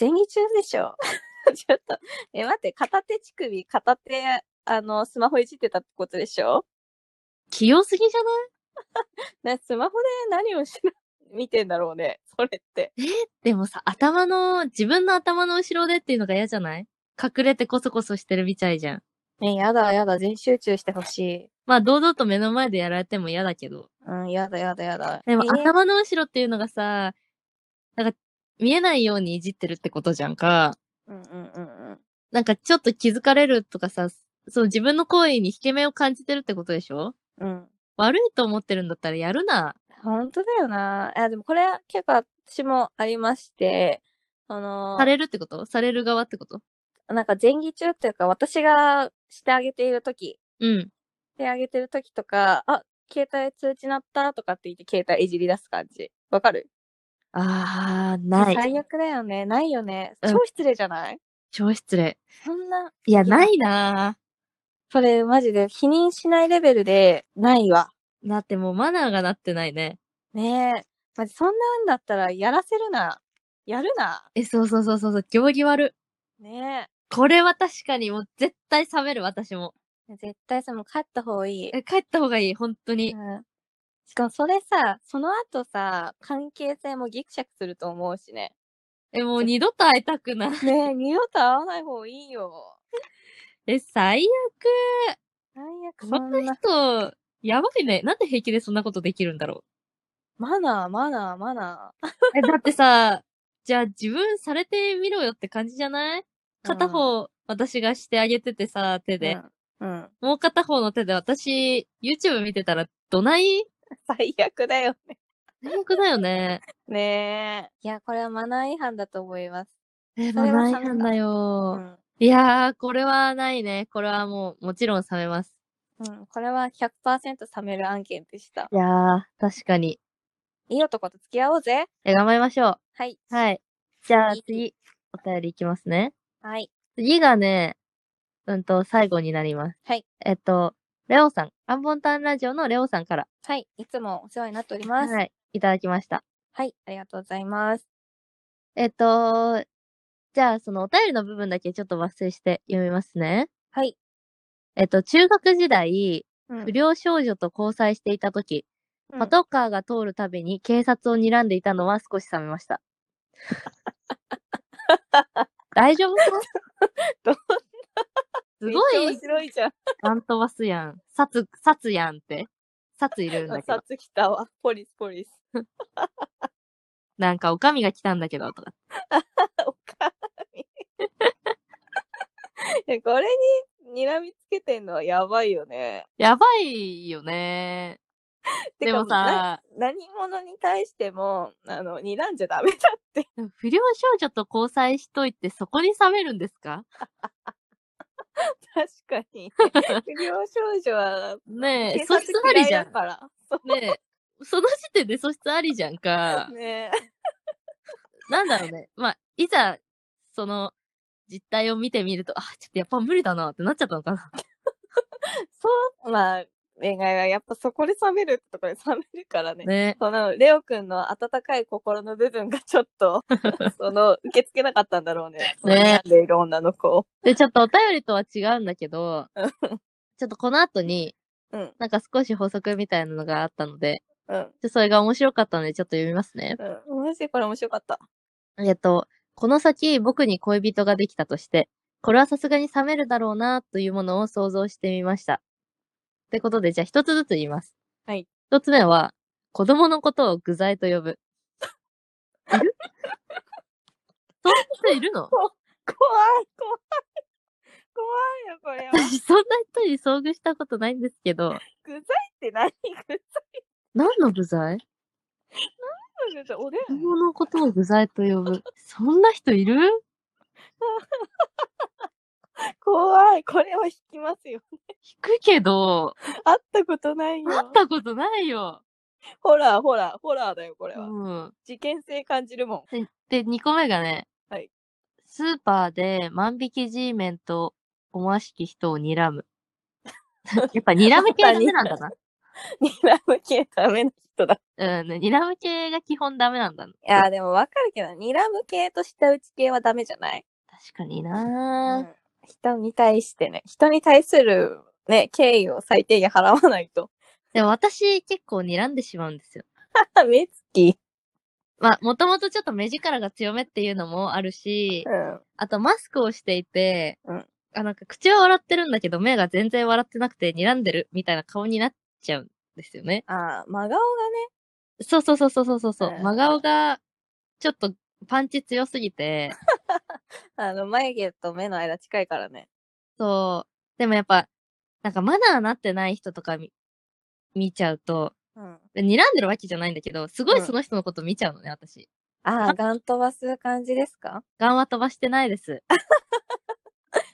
[SPEAKER 1] 前儀中でしょ ちょっと、え、待って、片手乳首、片手、あの、スマホいじってたってことでしょ
[SPEAKER 2] 器用すぎじゃない
[SPEAKER 1] な、スマホで何をしな、見てんだろうね、それって。
[SPEAKER 2] でもさ、頭の、自分の頭の後ろでっていうのが嫌じゃない隠れてコソコソしてるみたいじゃん。
[SPEAKER 1] ね、やだやだ、全集中してほしい。
[SPEAKER 2] まあ、堂々と目の前でやられても嫌だけど。
[SPEAKER 1] うん、やだやだやだ。
[SPEAKER 2] でも
[SPEAKER 1] え、ー
[SPEAKER 2] 頭の後ろっていうのがさ、なんか、見えないようにいじってるってことじゃんか。
[SPEAKER 1] うんうんうんうん。
[SPEAKER 2] なんか、ちょっと気づかれるとかさ、その自分の行為に引け目を感じてるってことでしょ
[SPEAKER 1] うん。
[SPEAKER 2] 悪いと思ってるんだったらやるな。
[SPEAKER 1] 本当だよな。あ、でもこれ結構私もありまして、その
[SPEAKER 2] さ、れるってことされる側ってこと
[SPEAKER 1] なんか前儀中っていうか私がしてあげているとき、
[SPEAKER 2] うん。
[SPEAKER 1] してあげてるときとか、あ、携帯通知鳴ったとかって言って携帯いじり出す感じ。わかる
[SPEAKER 2] あー、
[SPEAKER 1] 最悪だよね。ないよね。
[SPEAKER 2] うん
[SPEAKER 1] 超失礼じゃない、
[SPEAKER 2] 超失礼。
[SPEAKER 1] そんな、
[SPEAKER 2] いや、ないな
[SPEAKER 1] それマジで否認しないレベルでないわ。
[SPEAKER 2] ー。だってもうマナーがなってないね。
[SPEAKER 1] ねえ。マジそんなんだったらやらせるな。やるな。
[SPEAKER 2] え、そうそうそうそうそう、行儀悪。
[SPEAKER 1] ね
[SPEAKER 2] これは確かにもう絶対冷める、私も。
[SPEAKER 1] え。絶対さ、もう勝った方がいい。
[SPEAKER 2] え、帰った方がいい、本当に。
[SPEAKER 1] うんしかもそれさ、その後さ、関係性もギクシャクすると思うしね。
[SPEAKER 2] え、もう二度と会いたくな
[SPEAKER 1] ね
[SPEAKER 2] い。
[SPEAKER 1] え、二度と会わない方がいいよ。
[SPEAKER 2] え、最
[SPEAKER 1] 最悪
[SPEAKER 2] 悪。
[SPEAKER 1] そ
[SPEAKER 2] こ
[SPEAKER 1] ん
[SPEAKER 2] ん
[SPEAKER 1] な
[SPEAKER 2] な。人、やばいね。なんで平気でそんなことできるんだろ
[SPEAKER 1] マナー、マナー、マナ
[SPEAKER 2] う。え、だってさ、じゃあ自分されてみろよって感じじゃない
[SPEAKER 1] ー。
[SPEAKER 2] 片方、私がしてあげててさ、手で。
[SPEAKER 1] うん。うん。
[SPEAKER 2] もう片方の手で私、YouTube 見てたら、どない
[SPEAKER 1] 最悪だよね。
[SPEAKER 2] 最悪だよ ね。
[SPEAKER 1] ねえ。いや、これはマナー違反だと思います。
[SPEAKER 2] え、
[SPEAKER 1] そ
[SPEAKER 2] マ
[SPEAKER 1] れは冷め
[SPEAKER 2] ナー違
[SPEAKER 1] た
[SPEAKER 2] 反だ
[SPEAKER 1] う
[SPEAKER 2] よ。
[SPEAKER 1] ん。
[SPEAKER 2] いやー、これはないね。これはもう、もちろん冷めます。
[SPEAKER 1] うん。これは100%冷める案件でした。
[SPEAKER 2] いやー、確かに。
[SPEAKER 1] いい男と付き合おうぜ。
[SPEAKER 2] え、頑張りましょう。
[SPEAKER 1] はい。
[SPEAKER 2] はい。じゃあ
[SPEAKER 1] 次
[SPEAKER 2] 次、お便りいきますね。
[SPEAKER 1] はい。
[SPEAKER 2] 次がね、うんと、最後になります。
[SPEAKER 1] はい。
[SPEAKER 2] えっと、レオさん、アンボンタンラジオのレオさんから、
[SPEAKER 1] はい。いつもお世話になっております。はい。
[SPEAKER 2] はい、いただきました。
[SPEAKER 1] ありがとうございます。
[SPEAKER 2] えっと、じゃあ、そのお便りの部分だけちょっと抜粋して読みますね。
[SPEAKER 1] はい。
[SPEAKER 2] えっと、中学時代、
[SPEAKER 1] うん
[SPEAKER 2] 不良少女と交際していた時、
[SPEAKER 1] うん
[SPEAKER 2] パトカーが通るたびに警察を睨んでいたのは少し冷め ました。大丈夫そ
[SPEAKER 1] ど
[SPEAKER 2] うすご
[SPEAKER 1] めっ
[SPEAKER 2] い
[SPEAKER 1] ちゃ面白いじゃん。
[SPEAKER 2] ガン飛ばすやん。サツ、サツやんって。サツいるんだけど
[SPEAKER 1] さ。つきたわ。ポリス、ポリス。
[SPEAKER 2] なんか、おかみが来たんだけど、とか。
[SPEAKER 1] おか み。えこれに睨みつけてんのはやばいよね。
[SPEAKER 2] やばいよね。
[SPEAKER 1] て
[SPEAKER 2] で
[SPEAKER 1] か
[SPEAKER 2] も、さ、
[SPEAKER 1] な何者に対しても、あの、睨んじゃダメだって。
[SPEAKER 2] でも不良少女と交際しといて、そこに冷めるんですか
[SPEAKER 1] 確か に。不良少女は、
[SPEAKER 2] ねえ、
[SPEAKER 1] 警
[SPEAKER 2] 素
[SPEAKER 1] 察
[SPEAKER 2] 質ありじ
[SPEAKER 1] 嫌
[SPEAKER 2] ゃ
[SPEAKER 1] い
[SPEAKER 2] ん
[SPEAKER 1] だ。から。そ
[SPEAKER 2] ねえ、その時点で素質ありじゃんか
[SPEAKER 1] う。ね。
[SPEAKER 2] なんだろうね。まあ、いざ、その、実態を見てみると、あ、ちょっとやっぱ無理だなってなっちゃったのかな。
[SPEAKER 1] そう、まあ、恋愛はやっぱそこで冷めるってところで冷めるからね。
[SPEAKER 2] ね。
[SPEAKER 1] このレオくんの温かい心の部分がちょっと、その、受け付けなかったんだろうね。
[SPEAKER 2] ね
[SPEAKER 1] 悩んでいる女の子を。
[SPEAKER 2] で、ちょっとお便りとは違うんだけ ど、ちょっとこの後に、
[SPEAKER 1] うん、
[SPEAKER 2] なんか少し補足みたいなのがあったので、
[SPEAKER 1] うん、
[SPEAKER 2] ちょそれが面白かったので、ちょっと読みますね。
[SPEAKER 1] うん。マジでこれ面白かった。
[SPEAKER 2] えっと、この先僕に恋人ができたとして、これはさすがに冷めるだろうな、というものを想像してみました。ってことで、じゃあ一つずつ言います。
[SPEAKER 1] はい。
[SPEAKER 2] 一つ目は、子供のことを具材と呼ぶ。いるそんな人いるの
[SPEAKER 1] 怖い、怖い。怖いよ、これは。
[SPEAKER 2] 私、そんな人に遭遇したことないんですけど、
[SPEAKER 1] 具材って何具
[SPEAKER 2] 何の具材
[SPEAKER 1] 材の具材おで
[SPEAKER 2] 子
[SPEAKER 1] ん
[SPEAKER 2] 供のことを具材と呼ぶ。そんな人いる
[SPEAKER 1] 怖い。これは引きますよ。
[SPEAKER 2] 引くけど、
[SPEAKER 1] 会ったことないよ。
[SPEAKER 2] 会ったことないよ。
[SPEAKER 1] ホラー、ホラー、ホラーだよ、これ
[SPEAKER 2] う
[SPEAKER 1] は。
[SPEAKER 2] ん。
[SPEAKER 1] 事件性感じるもん。
[SPEAKER 2] で、で、2個目がね、
[SPEAKER 1] はい
[SPEAKER 2] スーパーで万引き G メンと思わしき人を睨 む。やっぱ睨む系ダメなんだ
[SPEAKER 1] にらむ系ダメな人だ。
[SPEAKER 2] な。うん、ね睨む系が基本ダメなんだ。
[SPEAKER 1] いやー、でもわかるけど、にらむ系と舌打ち系はダメじゃない
[SPEAKER 2] 確かにな、
[SPEAKER 1] うん人に対してね、人に対するね、敬意を最低限払わないと。
[SPEAKER 2] でも私結構睨んでしまうんですよ。
[SPEAKER 1] 目つき。
[SPEAKER 2] まあ、もともとちょっと目力が強めっていうのもあるし
[SPEAKER 1] う、ん。
[SPEAKER 2] あとマスクをしていて、
[SPEAKER 1] うん
[SPEAKER 2] あなんか口は笑ってるんだけど目が全然笑ってなくて睨んでるみたいな顔になっちゃうんですよね。
[SPEAKER 1] ああ、真顔がね、
[SPEAKER 2] そうそうそうそうそうそう。
[SPEAKER 1] う
[SPEAKER 2] うん真顔が、ちょっとパンチ強すぎて、
[SPEAKER 1] あの、眉毛と目の間近いからね。
[SPEAKER 2] そう。でもやっぱ、なんかマナーなってない人とか見、見ちゃうと、
[SPEAKER 1] うん。
[SPEAKER 2] 睨んでるわけじゃないんだけど、すご
[SPEAKER 1] う
[SPEAKER 2] い
[SPEAKER 1] ん
[SPEAKER 2] その人のこと見ちゃうのね、私。
[SPEAKER 1] ああ、ガン飛ばす感じですか
[SPEAKER 2] ガンは飛ばしてないです。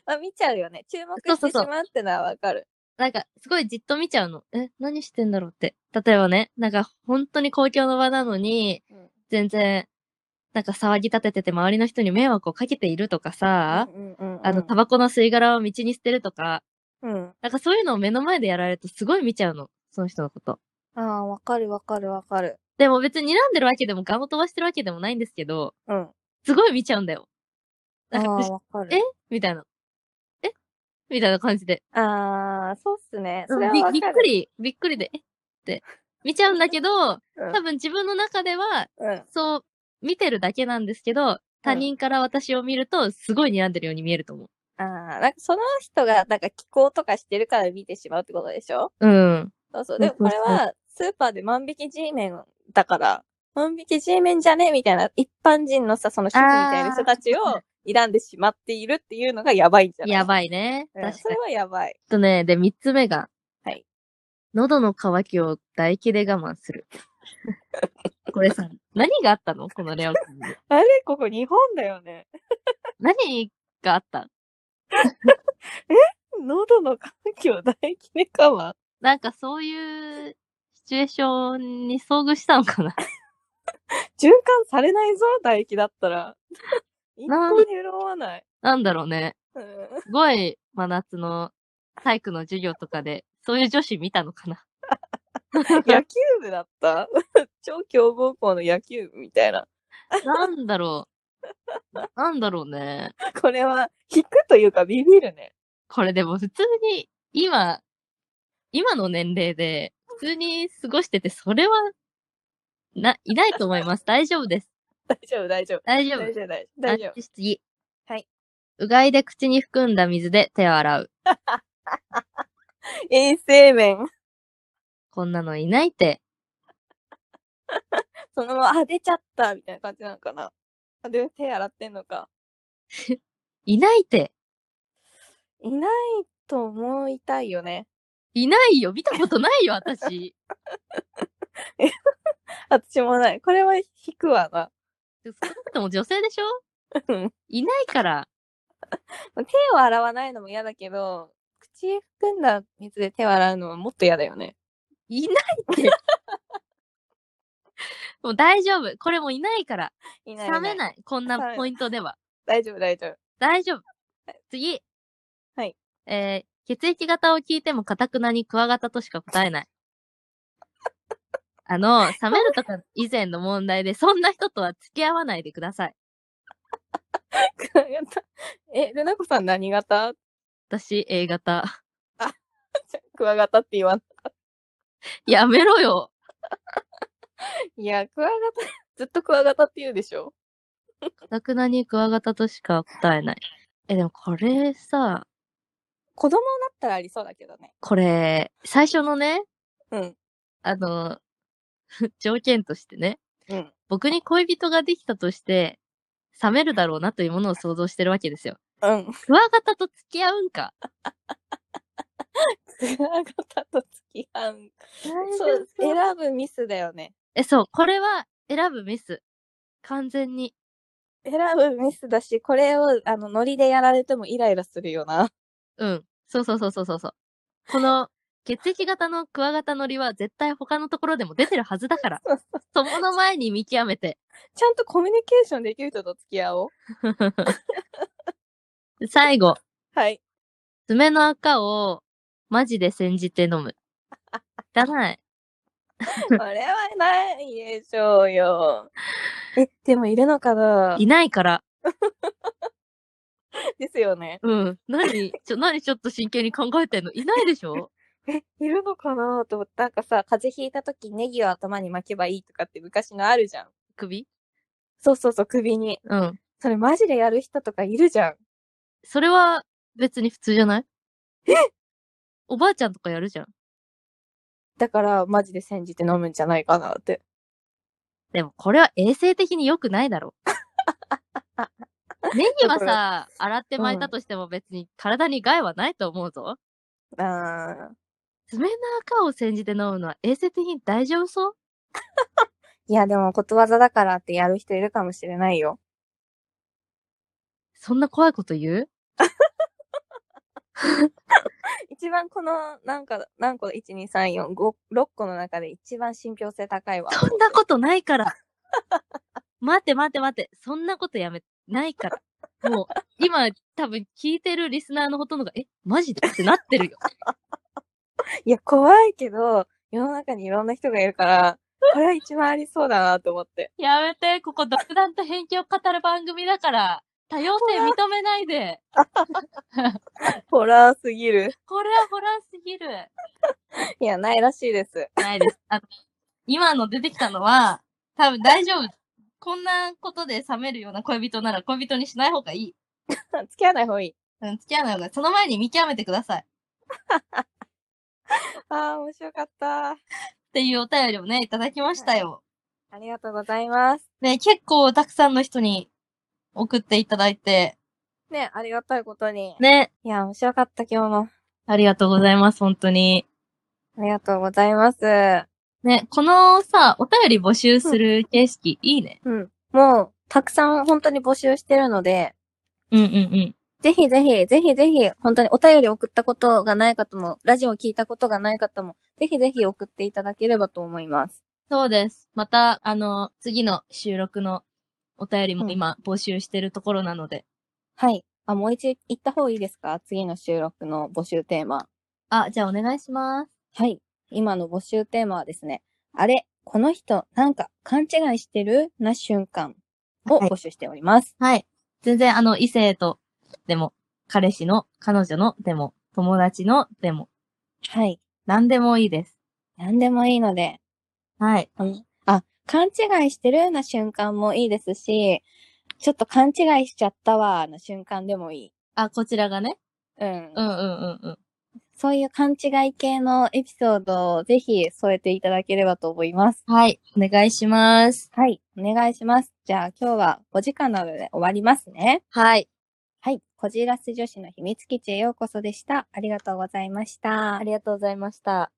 [SPEAKER 1] まあ、見ちゃうよね。注目
[SPEAKER 2] そう
[SPEAKER 1] し
[SPEAKER 2] そ
[SPEAKER 1] て
[SPEAKER 2] う
[SPEAKER 1] し
[SPEAKER 2] そう
[SPEAKER 1] まうってのはわかる。
[SPEAKER 2] なんか、すごいじっと見ちゃうの。え、何してんだろうって。例えばね、なんか本当に公共の場なのに、
[SPEAKER 1] うん
[SPEAKER 2] 全然、なんか騒ぎ立ててて周りの人に迷惑をかけているとかさ、
[SPEAKER 1] うんうんうん
[SPEAKER 2] あの、タバコの吸い殻を道に捨てるとか、
[SPEAKER 1] うん。
[SPEAKER 2] なんかそういうのを目の前でやられるとすごい見ちゃうの。その人のこと。
[SPEAKER 1] ああ、わかるわかるわかる。
[SPEAKER 2] でも別に睨んでるわけでもガム飛ばしてるわけでもないんですけど、
[SPEAKER 1] うん。
[SPEAKER 2] すごい見ちゃうんだよ。
[SPEAKER 1] あ
[SPEAKER 2] なん
[SPEAKER 1] あ、
[SPEAKER 2] かうし、
[SPEAKER 1] わかる。
[SPEAKER 2] みたいな。えみたいな感じで。
[SPEAKER 1] ああ、そうっすね。それはわ
[SPEAKER 2] び
[SPEAKER 1] かる。
[SPEAKER 2] びっく。り、びっくりで、えって。見ちゃうんだけど、
[SPEAKER 1] うん
[SPEAKER 2] 多分自分の中では、
[SPEAKER 1] うん。
[SPEAKER 2] そう、見てるだけなんですけど、他人から私を見ると、すごい睨んでるように見えると思う。
[SPEAKER 1] ああ、なんかその人がなんか気候とかしてるから見てしまうってことでしょ
[SPEAKER 2] うん。
[SPEAKER 1] そうそう。
[SPEAKER 2] そう
[SPEAKER 1] で
[SPEAKER 2] そ
[SPEAKER 1] も
[SPEAKER 2] う
[SPEAKER 1] これはスーパーで万引き G メンだから、万引き G メンじゃねえみたいな一般人のさ、その主婦みたいな人たちを睨んでしまっているっていうのがやばいんじゃない
[SPEAKER 2] や
[SPEAKER 1] い。
[SPEAKER 2] ばいね。
[SPEAKER 1] う
[SPEAKER 2] 確
[SPEAKER 1] ん
[SPEAKER 2] かに。
[SPEAKER 1] それはやばい。
[SPEAKER 2] えっとね、で、三つ目が。
[SPEAKER 1] はい。
[SPEAKER 2] 喉の渇きを唾液で我慢 する。これさ、何があったのこのレオ 君に。
[SPEAKER 1] あれここ日本だよね。
[SPEAKER 2] 何があった
[SPEAKER 1] 喉の環境唾液でかわ。
[SPEAKER 2] なんかそういうシチュエーションに遭遇したのかな
[SPEAKER 1] 循環されないぞ、唾液だったら。一
[SPEAKER 2] なん
[SPEAKER 1] 向に潤わ ない。
[SPEAKER 2] なんだろうね。
[SPEAKER 1] うん
[SPEAKER 2] すごい真夏の体育の授業とかで、そういう女子見たのかな
[SPEAKER 1] 野球部だった 超強豪校の野球部みたいな。
[SPEAKER 2] なんだろう。なんだろうね。
[SPEAKER 1] これは、引くというかビビるね。
[SPEAKER 2] これでも普通に今、今の年齢で普通に過ごしてて、それは、な、いないと思い ます。大丈夫です。
[SPEAKER 1] 大丈夫、大丈夫。
[SPEAKER 2] 大丈夫。
[SPEAKER 1] 大丈夫、大丈夫。大丈夫
[SPEAKER 2] あ。次。
[SPEAKER 1] はい。
[SPEAKER 2] うがいで口に含んだ水で手を洗う。
[SPEAKER 1] 衛生面。
[SPEAKER 2] こんなのいないって。
[SPEAKER 1] そのまま、あ、出ちゃったみたいな感じなのかな。 あで、手洗ってんのか。
[SPEAKER 2] いないって。
[SPEAKER 1] いないと思いたいよね。
[SPEAKER 2] いないよ。見たことないよ、 私。
[SPEAKER 1] 私もない。これは引くわな。
[SPEAKER 2] 少なくとも女性でしょ
[SPEAKER 1] うん
[SPEAKER 2] いないから。
[SPEAKER 1] 手を洗わないのも嫌だけど、口へ含んだ水で手を洗うのはもっと嫌だよね。
[SPEAKER 2] いない って。もう大丈夫。これもういないから。
[SPEAKER 1] いないい
[SPEAKER 2] 冷め
[SPEAKER 1] い。
[SPEAKER 2] ない。こん
[SPEAKER 1] 冷め
[SPEAKER 2] な
[SPEAKER 1] ない
[SPEAKER 2] ポイントでは。
[SPEAKER 1] 大丈夫、大丈夫。
[SPEAKER 2] 大丈夫。次。
[SPEAKER 1] はい。
[SPEAKER 2] えー血液型を聞いても、かたくなにクワガタとしか答 えない。あの、冷めるとか以前の問題で、そんな人とは付き合わないでください。
[SPEAKER 1] クワガタえ、ルナコさん何型
[SPEAKER 2] 私、A 型。
[SPEAKER 1] クワガタって言わん。
[SPEAKER 2] やめろよ
[SPEAKER 1] いや、クワガタ、ずっとクワガタって言うでしょ。
[SPEAKER 2] かたくなにクワガタとしか答えない。え、でもこれさ、
[SPEAKER 1] 子供だったらありそうだけどね。
[SPEAKER 2] これ、最初のね、
[SPEAKER 1] うん。
[SPEAKER 2] あの、 条件としてね、
[SPEAKER 1] うん。
[SPEAKER 2] 僕に恋人ができたとして、冷めるだろうなというものを想像してるわけですよ。
[SPEAKER 1] うん。
[SPEAKER 2] クワガタと付き合うんか。
[SPEAKER 1] クワガタと付き合う。 そう、選ぶミスだよね。
[SPEAKER 2] え、そう、これは選ぶミス。完全に。
[SPEAKER 1] 選ぶミスだし、これを、あの、ノリでやられてもイライラするよな。
[SPEAKER 2] うん。そうそうそうそうそうそう。この、血液型のクワガタのりは絶対他のところでも出てるはずだから。そこの前に見極めて。
[SPEAKER 1] ちゃんとコミュニケーションできる人と付き合おう。
[SPEAKER 2] 最後、
[SPEAKER 1] はい。
[SPEAKER 2] 爪の赤をマジで煎じて飲む。汚い。
[SPEAKER 1] それはないでしょうよ。 え、でもいるのかない
[SPEAKER 2] ないから。
[SPEAKER 1] ですよね。
[SPEAKER 2] うん。何、ちょ、何ちょっと真剣に考えてんのいないでしょ
[SPEAKER 1] え、いるのかなと思って、なんかさ、風邪ひいた時ネギを頭に巻けばいいとかって昔のあるじゃん。
[SPEAKER 2] 首
[SPEAKER 1] そうそうそう、首に。
[SPEAKER 2] うん。
[SPEAKER 1] それマジでやる人とかいるじゃん。
[SPEAKER 2] それは別に普通じゃないおばあちゃんとかやるじゃん。
[SPEAKER 1] だから、マジで煎じて飲むんじゃないかなって。
[SPEAKER 2] でもこれは衛生的に良くないだろ。 ネギはさ、洗って巻いたとしても別に体に害はないと思うぞ。
[SPEAKER 1] あー
[SPEAKER 2] 爪の赤を煎じて飲むのは衛生的に大丈夫そう
[SPEAKER 1] いや、でも、ことわざだからってやる人いるかもしれないよ。
[SPEAKER 2] そんな怖いこと言う
[SPEAKER 1] 一番この、なんか、何個、1、2、3、4、5、6個の中で一番信憑性高 いわ。
[SPEAKER 2] そんなことないから。 待って待って待って、そんなことやめ、ないから。もう、今多分聞いてるリスナーのほとんどが、え、マジでってなってるよ。
[SPEAKER 1] いや、怖いけど、世の中にいろんな人がいるから、これは一番ありそうだなと思って。
[SPEAKER 2] やめて、ここ独断と偏見を語る番組だから、多様性認めないで。
[SPEAKER 1] ホラーすぎる。
[SPEAKER 2] これはホラーすぎる。
[SPEAKER 1] いや、ないらしいです。
[SPEAKER 2] ないです。あの今の出てきたのは、多分大丈夫。こんなことで冷めるような恋人なら恋人にしない方がいい。
[SPEAKER 1] 付き合わない方がいい。
[SPEAKER 2] うん、付き合わない方がいい。その前に見極めてください。っ
[SPEAKER 1] ああ、面白かった。あ
[SPEAKER 2] ていうお便りをね、いただきましたよ。
[SPEAKER 1] りがとうございます。
[SPEAKER 2] ね、結構たくさんの人に送っていただいて。
[SPEAKER 1] ね、ありがたいことに。
[SPEAKER 2] ね。
[SPEAKER 1] いや、面白かった、今日も。
[SPEAKER 2] ありがとうございます、本当に。
[SPEAKER 1] ありがとうございます。
[SPEAKER 2] ね、このさ、お便り募集する形式、いいね。
[SPEAKER 1] うん。もう、たくさん本当に募集してるので、
[SPEAKER 2] うんうんうん。
[SPEAKER 1] ぜひぜひ、ぜひぜひ、本当にお便り送ったことがない方も、ラジオを聞いたことがない方も、ぜひぜひ送っていただければと思います。
[SPEAKER 2] そうです。また、あの、次の収録のお便り
[SPEAKER 1] う
[SPEAKER 2] も
[SPEAKER 1] ん
[SPEAKER 2] 今募集してるところなので。
[SPEAKER 1] はい。あ、もう一度言った方がいいですか次の収録の募集テーマ。
[SPEAKER 2] あ、じゃあお願いします。
[SPEAKER 1] はい。今の募集テーマはですね、あれ、この人、なんか勘違いしてるな瞬間を
[SPEAKER 2] はい
[SPEAKER 1] 募集しております。
[SPEAKER 2] はい。全然、あの、異性とでも、彼氏の、彼女のでも、友達のでも、
[SPEAKER 1] はい。
[SPEAKER 2] 何でもいいです。
[SPEAKER 1] 何でもいいので、
[SPEAKER 2] はい。
[SPEAKER 1] あのあ、勘違いしてるな瞬間もいいですし、ちょっと勘違いしちゃったわの瞬間でもいい。
[SPEAKER 2] あ、こちらがね。
[SPEAKER 1] うん
[SPEAKER 2] うんうんうんうん。
[SPEAKER 1] そういう勘違い系のエピソードをぜひ添えていただければと思います。
[SPEAKER 2] はい。お願いします。
[SPEAKER 1] はい。お願いします。じゃあ今日は5時間なので終わりますね。
[SPEAKER 2] はい。
[SPEAKER 1] はい。こじらす女子の秘密基地へようこそでした。ありがとうございました。
[SPEAKER 2] ありがとうございました。